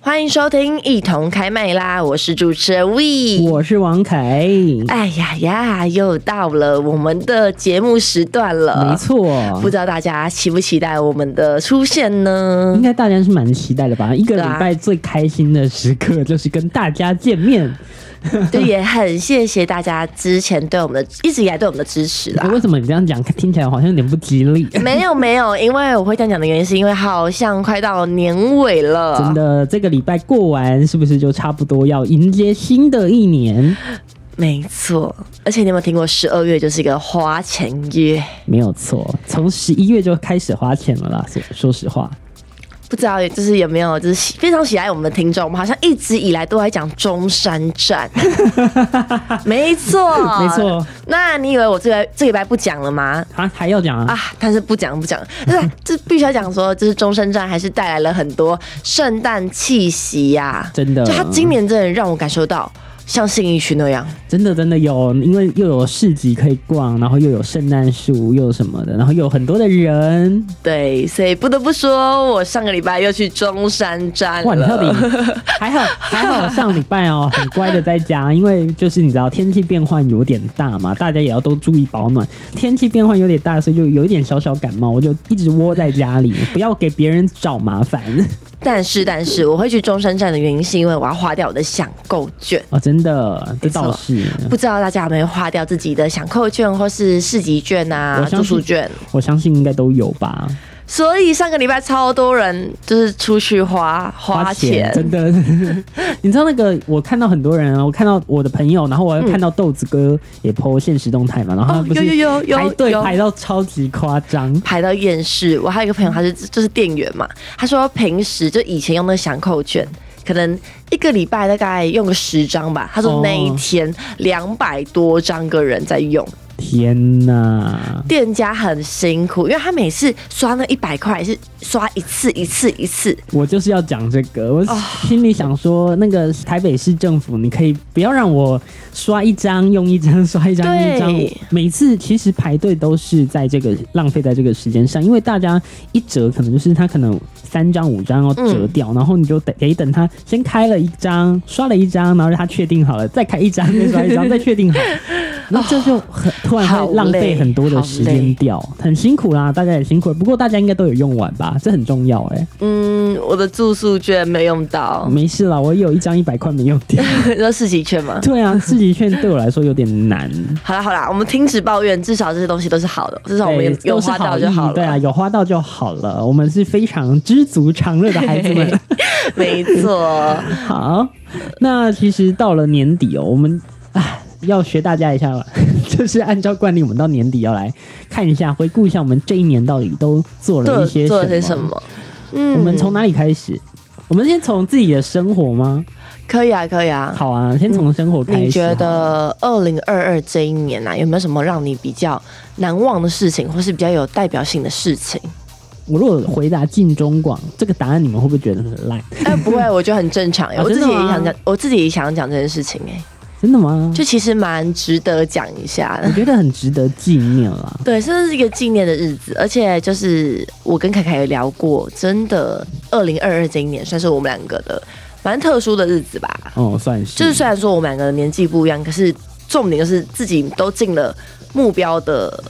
欢迎收听《一同开麦》啦！我是主持人 We。我是王凯，哎呀呀，又到了我们的节目时段了，没。错，不知道大家期不期待我们的出现应 呢？该大家是蛮期待的吧？一个对礼啊拜最开心的时刻就是跟大家见面。对，也很谢谢大家之前对我们的一直以来对我们的支持啊啦哎。为什么你这样讲，听起来好像有点不 吉利？没有没有，因为我会这样讲的原因，是因为好像快到年尾了，真的，这个礼拜过完，是不是就差不多要迎接新的一年？没错。而且你有没有听过十二月就是一个花钱月？没有错，从十一月就开始花钱了啦。说说实话，不知道就是有没有就是喜非常喜爱我们的听众，我们好像一直以来都在讲中山 站，没错没错。那你以为我这个这个礼拜不讲了吗？啊，还要讲啊啊，但是不讲不讲，但是这必须要讲说，就是中山站还是带来了很多圣诞气息呀、真的就它今年真的让我感受到像信义区那样。真的真的有，因为又有市集可以逛，然后又有圣诞树，又有什么的，然后又有很多的人，对，所以不得不说，我上个礼拜又去中山站哇，你到底了。还好还好，上礼拜哦，很乖的在家，因为就是你知道天气变换有点大嘛，大家也要都注意保暖。天气变换有点大，所以就有一点小小感冒，我就一直窝在家里，不要给别人找麻烦但是，但是我会去中山站的原因是因为我要花掉我的想购券。哦，真的，这倒是。不知道大家有没有花掉自己的想购券或是市集券啊、我住相信宿券？我相信应该都有吧，所以上个礼拜超多人就是出去花花钱，真的。 你知道那个，我看到很多人啊，我看到我的朋友，然后我还看到豆子哥也 PO 现实动态嘛，然后嗯他哦不，有有是有有排有队排到超级夸张，排到厌世。我还有一个朋友，他是就是店员嘛，他说平时就以前用那想扣券，可能一个礼拜大概用个十张吧。他说哦那一天两百多张个人在用，天哪！店家很辛苦，因为他每次刷那一百块是刷一次一次一次，我就是要讲这个，我哦心里想说，那个台北市政府，你可以不要让我刷一张用一张，刷一张用一对张。每次其实排队都是在这个浪费在这个时间上，因为大家一折可能就是他可能三张五张要折掉，嗯然后你就得得等他先开了一张，刷了一张，然后让他确定好了，再开一张，再刷一张，再 确定好。那这就很突然哦好会浪费累很多的好时累间掉，很辛苦啦，大家也辛苦了。不过大家应该都有用完吧，这很重要哎、嗯，我的住宿券没用到，哦没事啦，我有一 张一百块没用掉。那市集券 吗？对啊，自己券对我来说有点难。好啦好啦，我们停止抱怨，至少这些东西都是好的，至少我们有对有都是花到意就好了。对啊，有花到就好了。我们是非常知足常乐的孩子 们。没 错，好，那其实到了年底哦，我们唉要学大家一下了， 就是按照惯例，我们到年底要来看一下，回顾一下我们这一年到底都做了一些做做了些什什么。么？嗯我们从哪里开始？我们先从自己的生活吗？可以啊，可以啊。好啊，先从生活开始。你觉好了？得二零二二这一年啊，有没有什么让你比较难忘的事情，或是比较有代表性的事 情？我如果回答进中广这个答案，你们会不会觉得很烂？哎，不会，我觉得很正常耶、哎啊我自己真的也吗想讲，我自己也想讲这件事情哎、真的吗？就其实蛮值得讲一下的我。觉得很值得纪念啊啦。对，甚至是一个纪念的日子，而且就是我跟凯凯有聊过，真的，二零二二这一年算是我们两个的蛮特殊的日子吧。哦，算是，就是虽然说我们两个的年纪不一样，可是重点就是自己都进了目标的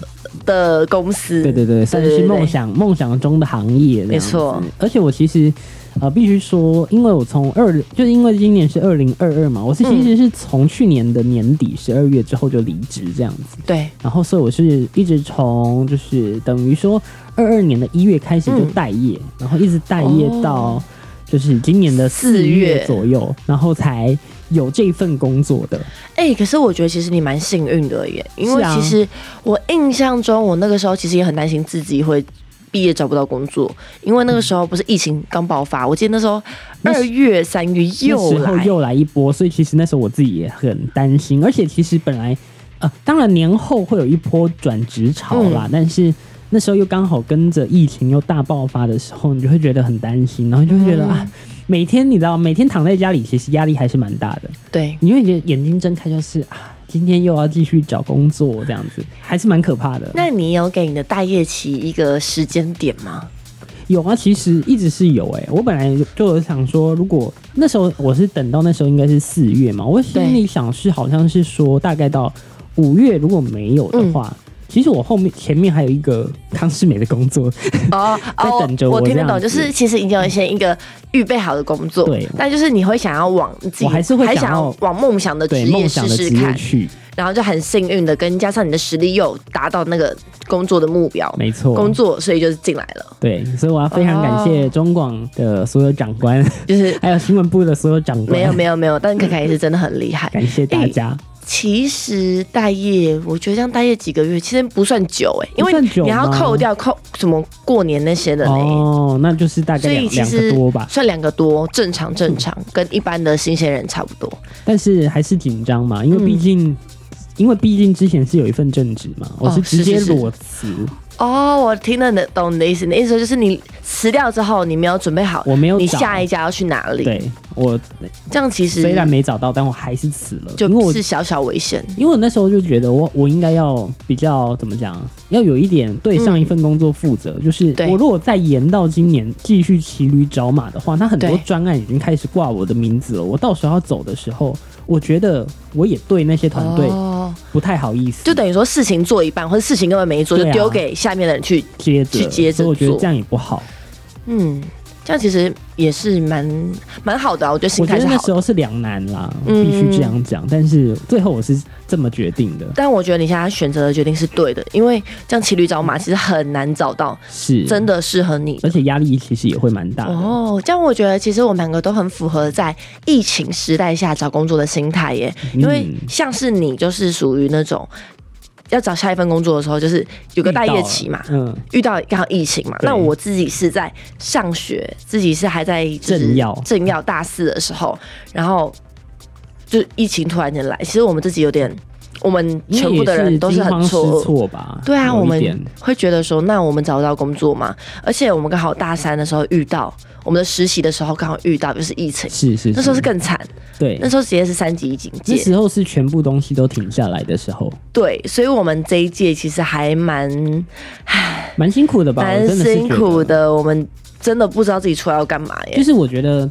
的公司。对对对，算对是对梦想梦想中的行业，没错。而且我其实呃，必须说，因为我从二，就是因为今年是二零二二嘛，我是嗯其实是从去年的年底十二月之后就离职这样子，对然后所以我是一直从就是等于说二二年的一月开始就嗯待业，然后一直待业哦到就是今年的四四月月左右，然后才有这份工作的。哎、可是我觉得其实你蛮幸运的耶，因是为啊其实我印象中，我那个时候其实也很担心自己会毕业找不到工作，因为那个时候不是疫情刚爆发，我记得那时候那时二月、三月又那时候来，又来一波，所以其实那时候我自己也很担心，而且其实本来呃，当然年后会有一波转职潮嗯啦，但是那时候又刚好跟着疫情又大爆发的时候，你就会觉得很担心，然后你就会觉得、嗯啊，每天你知道，每天躺在家里，其实压力还是蛮大的，对。因为你的眼睛睁开就是啊，今天又要继续找工作这样子，还是蛮可怕的。那你有给你的待业期一个时间点吗？有啊，其实一直是有哎、我本来就有想说，如果那时候我是等到那时候应该是四月嘛，我心里想是好像是说大概到五月如果没有的话，嗯其实我后面前面还有一个康世美的工作，哦哦，在等着我我听得这懂，样就子是其实已经有一些一个预备好的工作，对但就是你会想要往自己我还是会想要想要往梦想的职对业梦想试的试职业看，去，然后就很幸运的跟加上你的实力又达到那个工作的目标，没错，工作哦所以就是进来了，对，所以我要非常感谢中广的所有长官， 就是还有新闻部的所有长官，没有没有没有，但凯凯也是真的很厉害。 感谢大家。其实待业，我觉得这样待业几个月其实不算久哎、因不为算久你要吗扣掉扣什么过年那些的呢、哦，那就是大概所两以其两实个多吧，算两个多，正常正常，跟一般的新鲜人差不多。但是还是紧张嗯嘛，因为毕竟、因为毕竟之前是有一份正职嘛，我是直接是是哦是裸辞，哦，我听得懂你的意思，你的意思就是你辞掉之后，你没有准备好，我没有你找下一家要去哪里？，对我这样其实虽然没找到，但我还是辞了，因为就我是小小危险。因为我那时候就觉得我我应该要比较怎么讲，要有一点对上一份工作负责，就是嗯对我如果再延到今年继续骑驴找马的话，那很多对专案已经开始挂我的名字了，我到时候要走的时候，我觉得我也对那些团队哦，不太好意思，就等于说事情做一半，或者事情根本没做，就对啊丢给下面的人去。接着去接着所以我觉得做这样也不好。嗯，这样其实也是蛮蛮好的、啊，我觉得心我觉态得是那好的。时候是两难啦，我嗯必须这样讲。但是最后我是这么决定的，但我觉得你现在选择的决定是对的，因为这样骑驴找马其实很难找到嗯是真，的适合你的而且压力其实也会蛮大的。哦，这样我觉得其实我们两个都很符合在疫情时代下找工作的心态耶，因为嗯像是你就是属于那种。要找下一份工作的时候，就是有个待业期嘛，嗯，遇到刚好疫情嘛。对那我自己是在上学，自己是还在就是正要正要大四的时候，然后就疫情突然间来，其实我们自己有点，我们全部的人都是是很惊错慌愕失，措吧？对啊，有一我们点会觉得说，那我们找不到工作嘛？而且我们刚好大三的时候遇到，我们的实习的时候刚好遇到就是疫情，是是那时候是更惨，对那。时候直接是三级警嗯那戒。时候是全部东西都停下来的时候，对，所以我们这一届其实还蛮蛮辛苦的吧？我蛮真的是觉辛得苦。的，我们真的不知道自己出来要干嘛耶就。是我觉得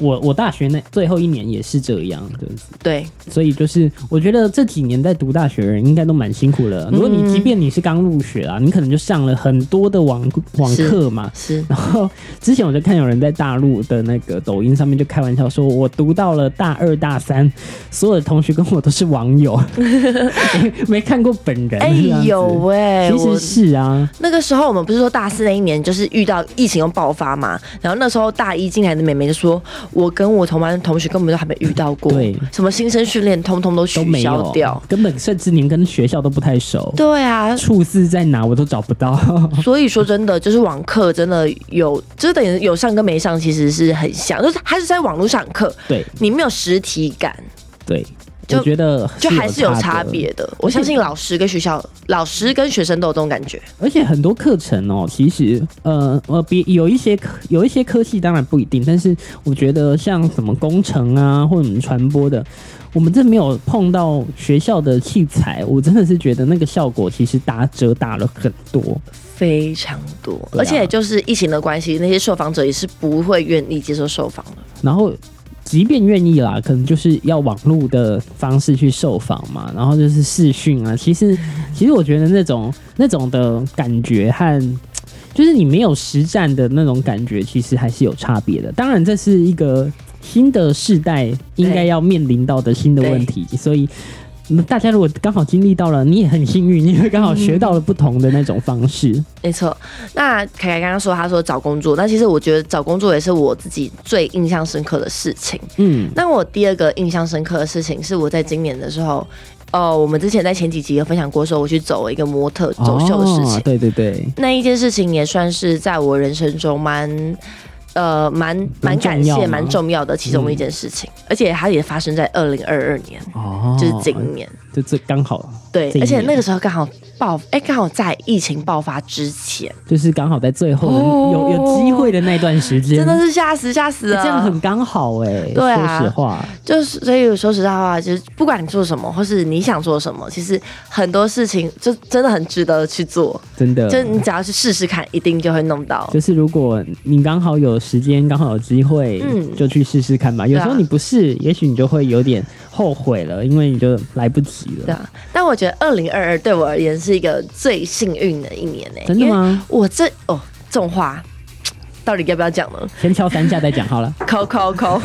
我我大学那最后一年也是这样的，对，所以就是，我觉得这几年在读大学的人应该都蛮辛苦嗯了。如果你即便你是刚入学啊，你可能就上了很多的网网是课嘛。是然后之前我就看有人在大陆的那个抖音上面就开玩笑说，我读到了大二大三，所有的同学跟我都是 网友，没没看过本人。哎这样子有喂、其我实是啊，那个时候我们不是说大四那一年就是遇到疫情又爆发嘛，然后那时候大一进来的美眉就说，我跟我同班同学根本都还没遇到过，对，什么新生训练通通都都取没消有掉，，根本甚至连跟学校都不太熟，对啊，处室在哪我都找不到。 所以说真的就是网课真的有，就是等于有上跟没上其实是很像，就是还是在网络上课，对你没有实体感，对，就我觉得就还是有的差别的。我相信老师跟学校，老师跟学生都有这种感觉，而且很多课程哦，其实呃呃，别有一些科有一些科系当然不一定，但是我觉得像什么工程啊，或者我们传播的，我们这没有碰到学校的器材，我真的是觉得那个效果其实打折打了很多。非常多，对啊而且就是疫情的关系，那些受访者也是不会愿意接受受访的。然后即便愿意啦，可能就是要网络的方式去受访嘛，然后就是视讯啊。其 实，其实我觉得那种那种的感觉和。就是你没有实战的那种感觉，其实还是有差别的。当然，这是一个新的世代应该要面临到的新的问题，所以嗯大家如果刚好经历到了，你也很幸运，因为刚好学到了不同的那种方式。没错，那凯凯刚刚说，他说找工作，那其实我觉得找工作也是我自己最印象深刻的事情。嗯，那我第二个印象深刻的事情是我在今年的时候，哦，我们之前在前几集有分享过，说我去走了一个模特走秀的事情。哦对对对，那一件事情也算是在我人生中蛮。呃，蛮蛮感重谢、要吗嗯蛮重要的其中一件事情，而且它也发生在二零二二年，哦就是今年。就这刚好对这，一而且年那个时候刚好爆，哎、刚好在疫情爆发之前，就是刚好在最后的哦有有机会的那段时间，真的是吓死吓死欸了。这样很刚好哎、对啊说实话，就是，所以说实在话，就是不管你做什么，或是你想做什么，其实很多事情就真的很值得去做。真的就你只要去试试看，一定就会弄到。就是如果你刚好有时间，刚好有机会，嗯就去试试看吧。有时候对啊你不试，也许你就会有点后悔了，因为你就来不及对了。啊，但我觉得二零二二对我而言是一个最幸运的一年呢、欸真的？吗？我这哦，种花到底要不要讲呢？先敲三下再讲 好了。抠抠 抠，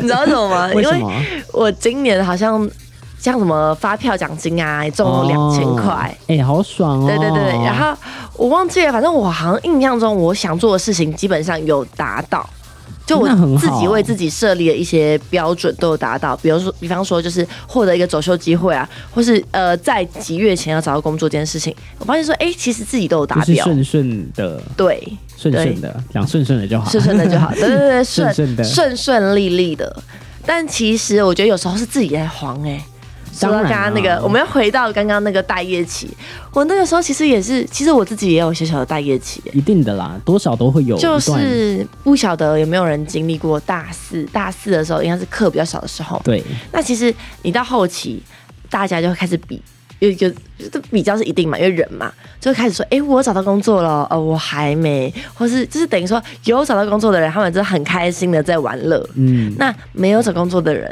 你知道为什么吗？为因什为么？我今年好像像什么发票奖金啊，中了两千块。哦，哎、好爽哦！对对对，然后我忘记了，反正我好像印象中我想做的事情基本上有达到，就我那很自好己为自己设立的一些标准都有达到，比如说，比方说就是获得一个走秀机会啊，或是呃在几月前要找到工作这件事情，我发现说，哎，其实自己都有达就是标，顺顺的，对，顺顺的，讲顺顺的就好。顺顺的就好，对对对，顺顺的顺顺利利的。但其实我觉得有时候是自己在慌哎、说到当然啊刚刚那个，我们要回到刚刚那个待业期。我那个时候其实也是，其实我自己也有小小的待业期、欸 一定的啦，多少都会有一就段。是不晓得有没有人经历过大四，大四的时候应该是课比较少的时候。对，那其实你到后期，大家就会开始比，有有这比较是一定嘛，因为人嘛，就会开始说，诶，我找到工作了，哦，我还没，或是就是等于说有找到工作的人，他们真的很开心的在玩乐。嗯，那没有找工作的人，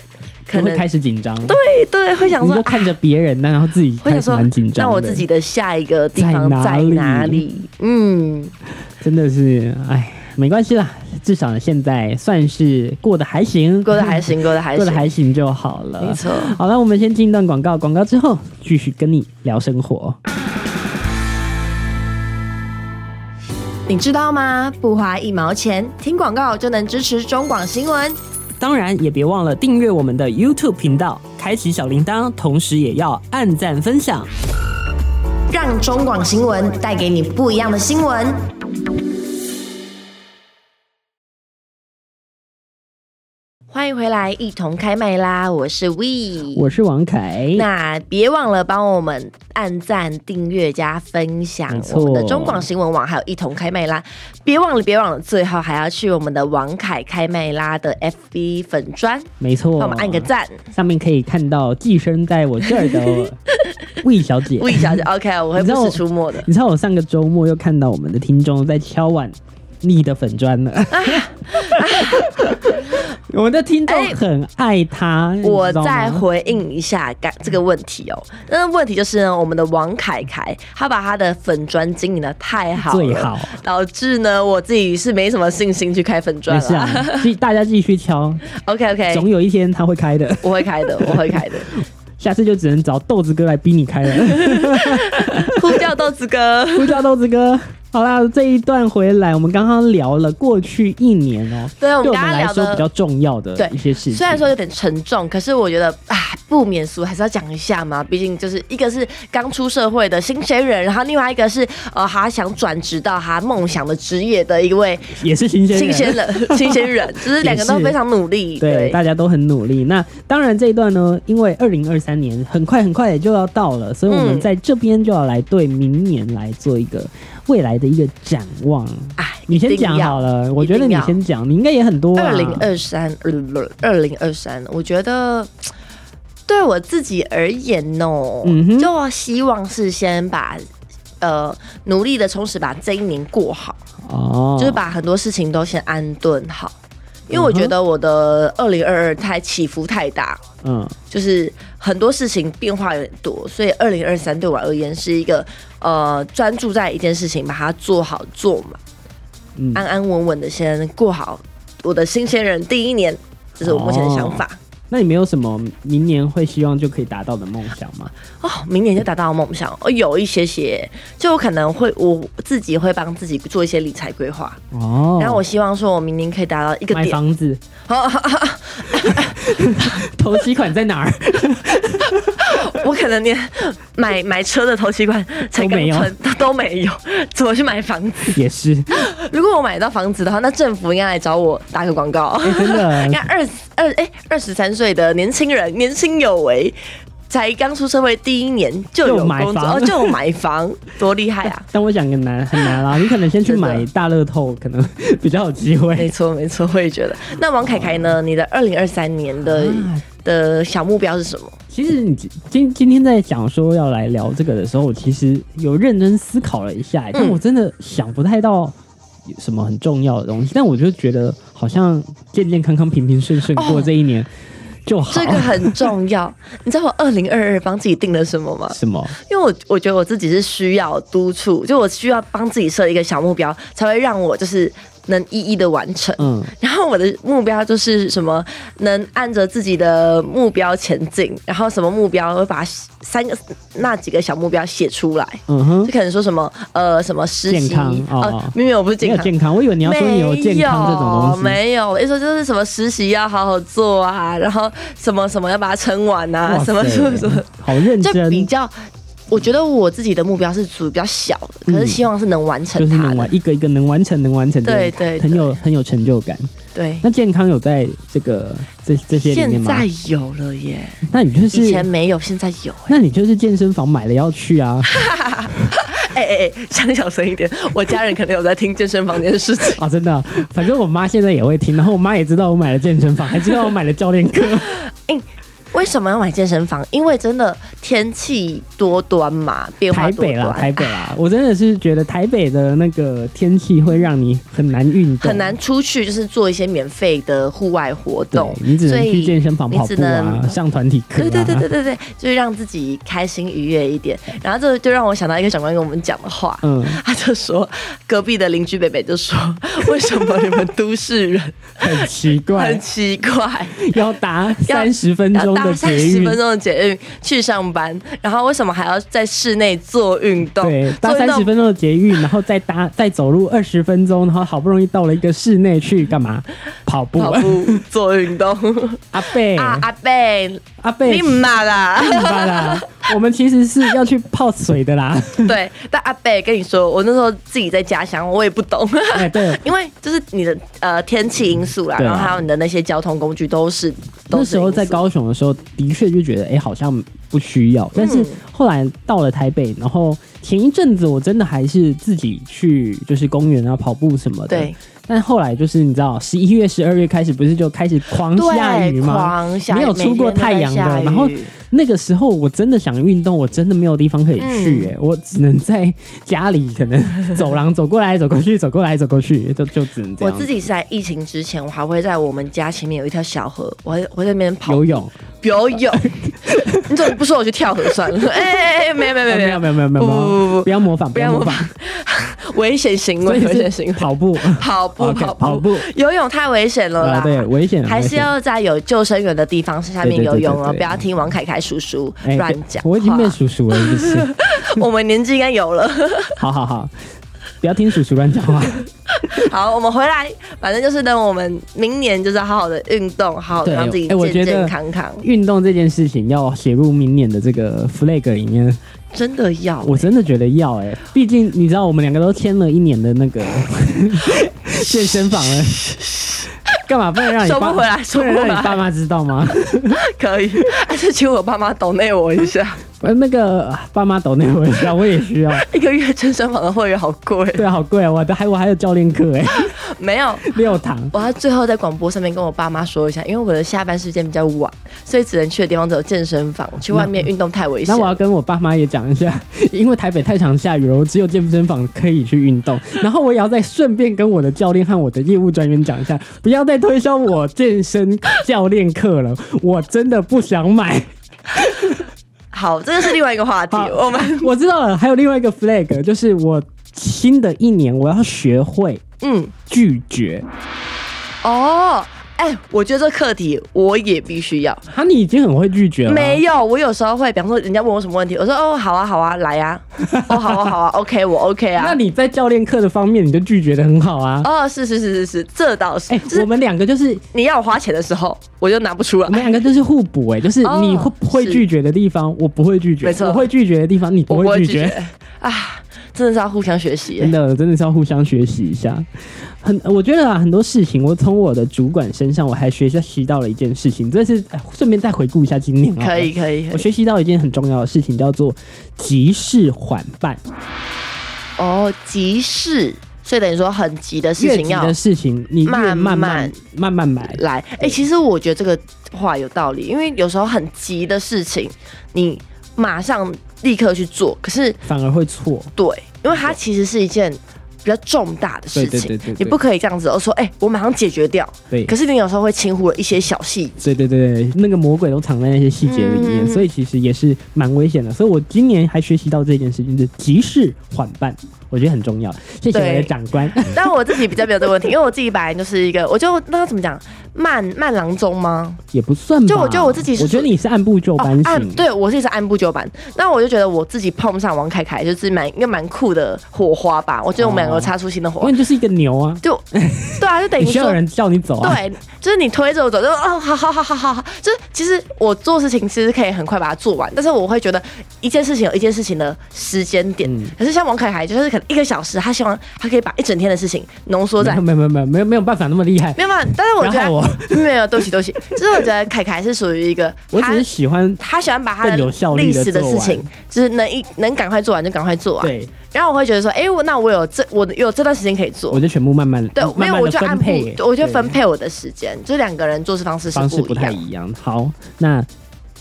可就会能开始紧张。对，对对会想你说哎就，看着别人，然后自己会开想始说蛮紧，那张 的。我自己的下一个地方在哪在里哪里？嗯，真的是，哎，没关系啦，至少现在算是过得还行，过得还， 行，过得还过得行，还行就好了。没错。好了，我们先进一段广告，广告之后继续跟你聊生活。你知道吗？不花一毛钱，听广告就能支持中广新闻。当然也别忘了订阅我们的 YouTube 频道，开启小铃铛，同时也要按赞分享。让中广新闻带给你不一样的新闻。欢迎回来，一同开麦啦！我是 We。我是王凯，那别忘了帮我们按赞、订阅、加分享没错我们的中广新闻网，还有一同开麦啦！别忘了，别忘了，最后还要去我们的王凯开麦啦的 FB 粉砖，没错，帮我们按个，赞。上面可以看到寄生在我这儿 的魏小姐。魏小姐，OK，我会你知道不我时出没的。你知道我上个周末又看到我们的听众在敲碗你的粉砖了， 我们的听众很爱他，你哎我知道吗再回应一下感这个问题哦。那问题就是呢，我们的王凯凯他把他的粉砖经营的太好最了，好，导致呢我自己是没什么信心去开粉砖没了。事 啊，继大家继续敲， OK OK，总有一天他会开的，我会开的，我会开的。下次就只能找豆子哥来逼你开了，呼叫豆子 哥，呼叫豆子哥。好啦，这一段回来，我们刚刚聊了过去一年哦、对我们对我刚们刚来聊说比较的。重要的对一些事情。虽然说有点沉重，可是我觉得啊，不免俗还是要讲一下嘛。毕竟就是一个是刚出社会的新鲜人，然后另外一个是呃，他想转职到他梦想的职业的一位也是新鲜人新鲜人，新鲜 人，就是两个都非常努力。对，大家都很努力。那当然这一段呢，因为二零二三年很快很快也就要到了，所以我们嗯在这边就要来对明年来做一个未来的一个展望。哎，你先讲好了，我觉得你先讲，你应该也很多、啊。二零二三，呃二零二三，我觉得。对我自己而言哦，嗯哼就希望是先把呃努力的充实把这一年过好，哦，就是把很多事情都先安顿好，因为我觉得我的二零二二太起伏太大，嗯，就是很多事情变化有点多，所以二零二三对我而言是一个呃专注在一件事情，把它做好做满，嗯安安稳稳的先过好我的新鲜人第一年，这是我目前的想法。那你没有什么明年会希望就可以达到的梦想吗？哦，明年就达到梦想，哦，有一些些，就我可能会我自己会帮自己做一些理财规划，哦，然后我希望说我明年可以达到一个买点，房子， 投期款在哪儿？我可能连买 买车的头期款才都刚没有存都都没有，怎么去买房子？也是，如果我买到房子的话，那政府应该来找我打个广告。 哎真你的看二十二哎二十三岁的年轻人，年轻有为，才刚出社会第一年就就有买工作，房哦，就有买房，多厉害 啊！但我想很难很难啦，你可能先去真的买大乐透，可能 比较有机没会。错，没错，我也觉得。那王凯凯呢？你的二零二三年的、啊的小目标是什么？其实你今今天在讲说要来聊这个的时候，我其实有认真思考了一下，嗯但我真的想不太到有什么很重要的东西。但我就觉得好像健健康康、平平顺顺过这一年就好。哦这个很重要。你知道我二零二二帮自己定了什么吗？什么？因为我我觉得我自己是需要督促，就我需要帮自己设一个小目标，才会让我就是能一一的完成。嗯，然后我的目标就是什么，能按着自己的目标前进，然后什么目标我会把三个那几个小目标写出来，嗯哼就，可能说什么呃什么实习健康哦呃，没有没有我不是没健有康。健康，我以为你要说你有健康这种东没有没西。有，我一说就是什么实习要好好做啊，然后什么什么要把它撑完啊，哇什么塞什么什么，好认就真，比较，我觉得我自己的目标是属于比较小的，可是嗯希望是能完成就是它的。能完一个一个能完成，能完成，对对很对有很有成就感。对，那健康有在这个这这些里面现吗？在有了耶，那你就以前是，没有，现在有。那你就是健身房买了要去 啊哎哎哎，讲小声一点，我家人可能有在听健身房这件事情。啊！真的，反正我妈现在也会听，然后我妈也知道我买了健身房，还知道我买了教练 课。为什么要买健身房？因为真的天气多端嘛，变化台多北啦，端，台北啦，我真的是觉得台北的那个天气会让你很难运动，很难出去，就是做一些免费的户外活对动，，你只能所以去健身房你跑只步啊，能上团体课、啊。对对对对对对，就是让自己开心愉悦一点。然后这就让我想到一个长官跟我们讲的话，嗯，他就说隔壁的邻居北北就说，为什么你们都市人很奇怪 很，奇怪，要打三十分要钟搭的三捷十运分，钟的捷运去上班，然后为什么还要在室内做运动？对，搭做运三动十分钟的捷运，然后再搭再走路二十分钟，然后好不容易到了一个室内去干嘛？跑步。跑步做运 动阿贝，啊，阿贝，阿哎贝，你妈啦！ 明白啦，啊我们其实是要去泡水的 啦。对，但阿贝跟你说，我那时候自己在家乡，我也不懂。 哎，对，因为就是你的呃天气因素啦，对啊然后还有你的那些交通工具都是，都那是时候因素在高雄的时候，的确就觉得哎、好像不需嗯要。但是后来到了台北，然后前一阵子我真的还是自己去，就是公园啊跑步什么的。对。但后来就是你知道，十一月、十二月开始不是就开始狂下对雨吗？狂下雨没有出过太阳的每天都在下雨然后那个时候我真的想运动，我真的没有地方可以嗯去、哎、我只能在家里，可能走廊走过来、走过去、走过来、走过去，就就只能这我样。自己是在疫情之前，我还会在我们家前面有一条小河，我还我会在那边跑游泳，游泳。 你怎么不说我去跳河算 了？哎哎哎，没有没有没有哦没有没有没有没有，不不不不不要模仿，不不要模模仿，危险 行为，危所以险是行为，跑步，跑步 OK，跑步 跑步，游泳太危险了啊，啦。对，危险，还危是险。要在有救生员的地方下对面对游对泳哦，对对不要听王凯凯叔叔哎乱讲话。我已经被叔叔了，是 不是？我们年纪应该有 了。好好好，不要听叔叔乱讲 话。好，我们回来，反正就是等我们明年就是好好的运动，好好地对让自己哎我觉健得健康康，运动这件事情要写入明年的这个 flag 里面，真的要我真的觉得要哎、毕竟你知道我们两个都签了一年的那 个健身房了，干嘛不能让你收不爸回来收不能让不回你来爸妈知道吗？可 以，还是请我爸妈抖内我一下，呃那个爸妈抖那我一下，我也需要。一个月健身房的会员好贵，对啊，好贵啊！我的还我还有教练课哎，没有。六堂。我要最后在广播上面跟我爸妈说一下，因为我的下班时间比较晚，所以只能去的地方只有健身房，去外面运动太危险那。我要跟我爸妈也讲一下， 因为台北太常下雨了，我只有健身房可以去运动。然后我也要再顺便跟我的教练和我的业务专员讲一下，不要再推销我健身教练课了，我真的不想买。 好，这个是另外一个话题嗯好，我们我知道了，还有另外一个 flag，就是我新的一年我要学会嗯拒绝。哦。哎、我觉得这课题我也必须要。啊，你已经很会拒绝了，没有，我有时候会，比方说人家问我什么问题，我说哦，好啊，好啊，来 啊，哦，好啊，好 啊，OK，我 OK 那啊。你在教练课的方面你就拒绝的很好啊。哦，是是是是是，这倒是，哎、就是我们两个就是你要我花钱的时候，我就拿不出来我。们两个就是互补哎、就是哦你会会是拒绝的地方，我不会拒绝；没错我会拒绝的地方，你不会拒绝绝。啊！真的是要互相学习、真欸。的真的是要互相学习一下。很，我觉得啊，很多事情，我从我的主管身上，我还学习到了一件事情，这是哎顺便再回顾一下今年啊。可以，可以，可我以。学习到一件很重要的事情，叫做急事缓办。哦，急事，所以等于说很急的事越情急要的事情，你越慢慢慢慢慢慢来。来。哎、其实我觉得这个话有道理，因为有时候很急的事情，你马上立刻去做，可是反而会错，对，因为它其实是一件比较重大的事情，对对对对对你不可以这样子哦，说哎、我马上解决掉。对，可是你有时候会轻忽了一些小细节。对对对，对那个魔鬼都藏在那些细节里面，嗯所以其实也是蛮危险的。所以我今年还学习到这件事情，就是急事缓办，我觉得很重要。谢谢我的对长官，但我自己比较没有这个问题，因为我自己本来就是一个，我就那要怎么讲，慢慢郎中吗？ 也不算吧。就我觉得我自己是我觉得你是按部就班型，按对我自己是按部就班。那我就觉得我自己碰上王凯凯，就是蛮一个蛮酷的火花吧。我觉得我们两个有擦出新的火因花，为你就是一个牛啊，就对啊，就等于你需要说有人叫你走啊。对，就是你推着我走，就哦，好好好好好好，就是其实我做事情其实可以很快把它做完，但是我会觉得一件事情有一件事情的时间点。嗯可是像王凯凯，就是可能一个小时，他希望他可以把一整天的事情浓缩在。没有没有没有没有没有办法那么厉害。没有办法，但是我觉不要害得我没有，对不起，对不起，就是我觉得凯凯是属于一个我他只是喜欢他喜欢把他的更有效率历地史的做事完情，就是能一能赶快做完就赶快做完。对，然后我会觉得说，哎、我那我有这我有这段时间可以做我，就全部慢慢对，没慢有，慢我的就按分部配，，我就对分配我的时间，就是两个人做事方式是方式不不一太样。一样。好，那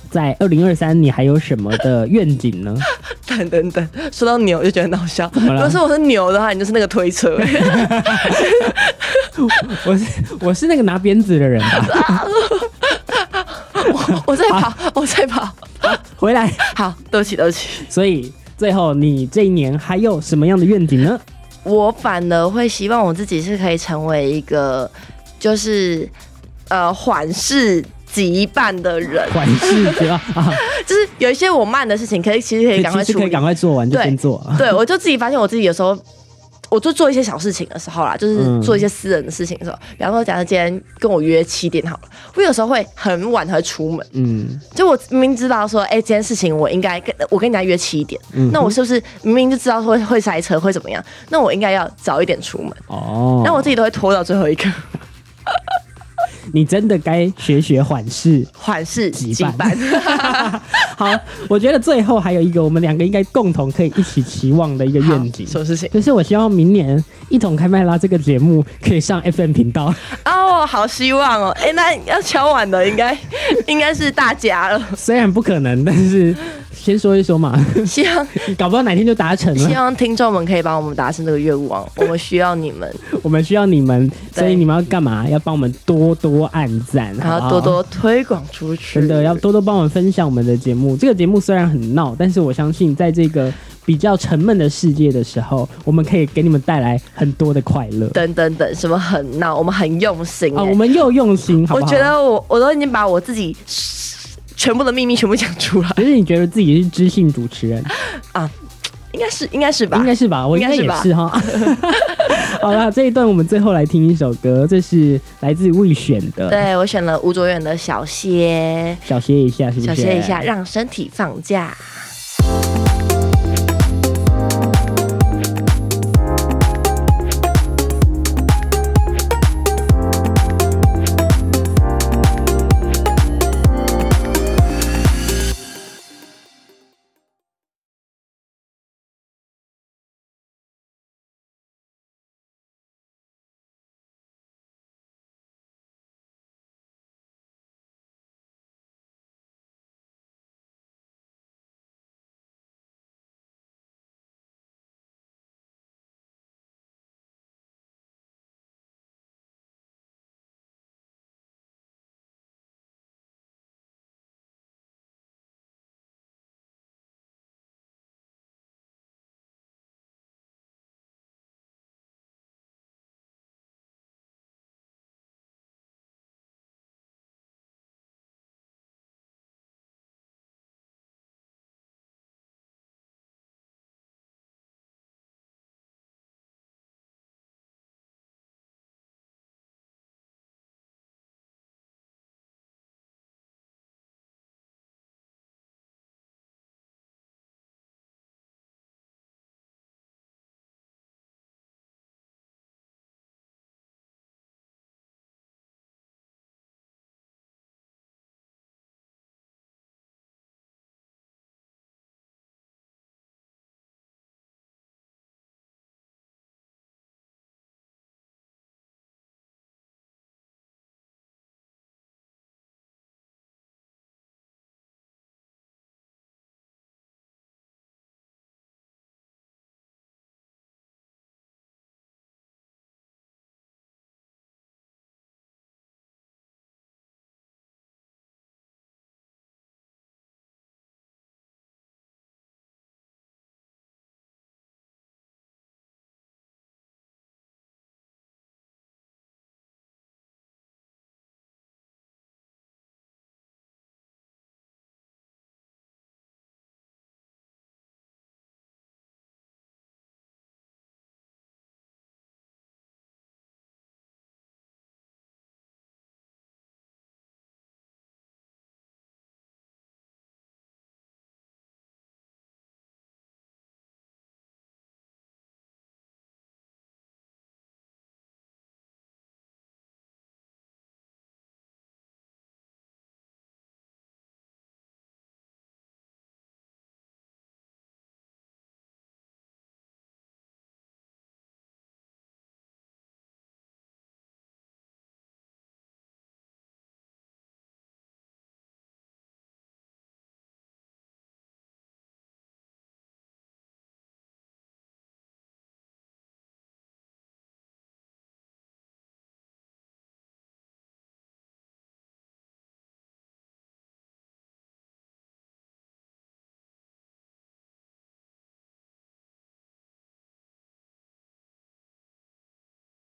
在二零二三你还有什么的愿景呢？等等等，说到牛就觉得很好笑。如么了果说我是牛的话，你就是那个推 车、我是我是那个拿鞭子的人吧？我我在跑，啊我在跑。回来，好，对不起，对不起。所以最后你这一年还有什么样的愿景呢？我反而会希望我自己是可以成为一个，就是呃缓释急办的人，管事对吧？啊，就是有一些我慢的事情，可以其实可以赶快其实处可以理赶。快做完就对先做。对，我就自己发现我自己有时候，我就做一些小事情的时候啦，就是嗯做一些私人的事情的时候，比方说，假设今天跟我约七点好了，我有时候会很晚才会出门，嗯，就我明明知道说，哎、这件事情我应该跟我跟人家约七点，嗯那我是不是明明就知道会会塞车会怎么样？那我应该要早一点出门，哦，但我自己都会拖到最后一个， 你真的该学学缓释。缓释急急办办。 好，我觉得最后还有一个我们两个应该共同可以一起期望的一个愿景好，什么事情？就是我希望明年《一同开麦拉》这个节目可以上 FM 频道。哦，好希望哦，哎、那要敲碗的应 该应该是大家了，虽然不可能，但是先说一说嘛，希望搞不好哪天就达成希了。望听众们可以帮我们达成这个愿 望，我们需要你们，我们需要你们，对所以你们要干嘛？要帮我们多多按赞，然后好不多。好多推广出去。真的要多多帮我们分享我们的节目。这个节目虽然很闹，但是我相信在这个比较沉闷的世界的时候，我们可以给你们带来很多的快乐。等等等，什么很闹，我们很用心、哎啊，我们又用心，好我不好？觉得我我都已经把我自己全部的秘密全部讲出来， 可是你觉得自己是知性主持人，应该是应该是吧？应该是吧？我应该应也该是是哈。 好了，这一段我们最后来听一首歌，这是来自魏选的。对我选了吴卓远的小歇，小歇一下，是不是？小歇一下，。让身体放假。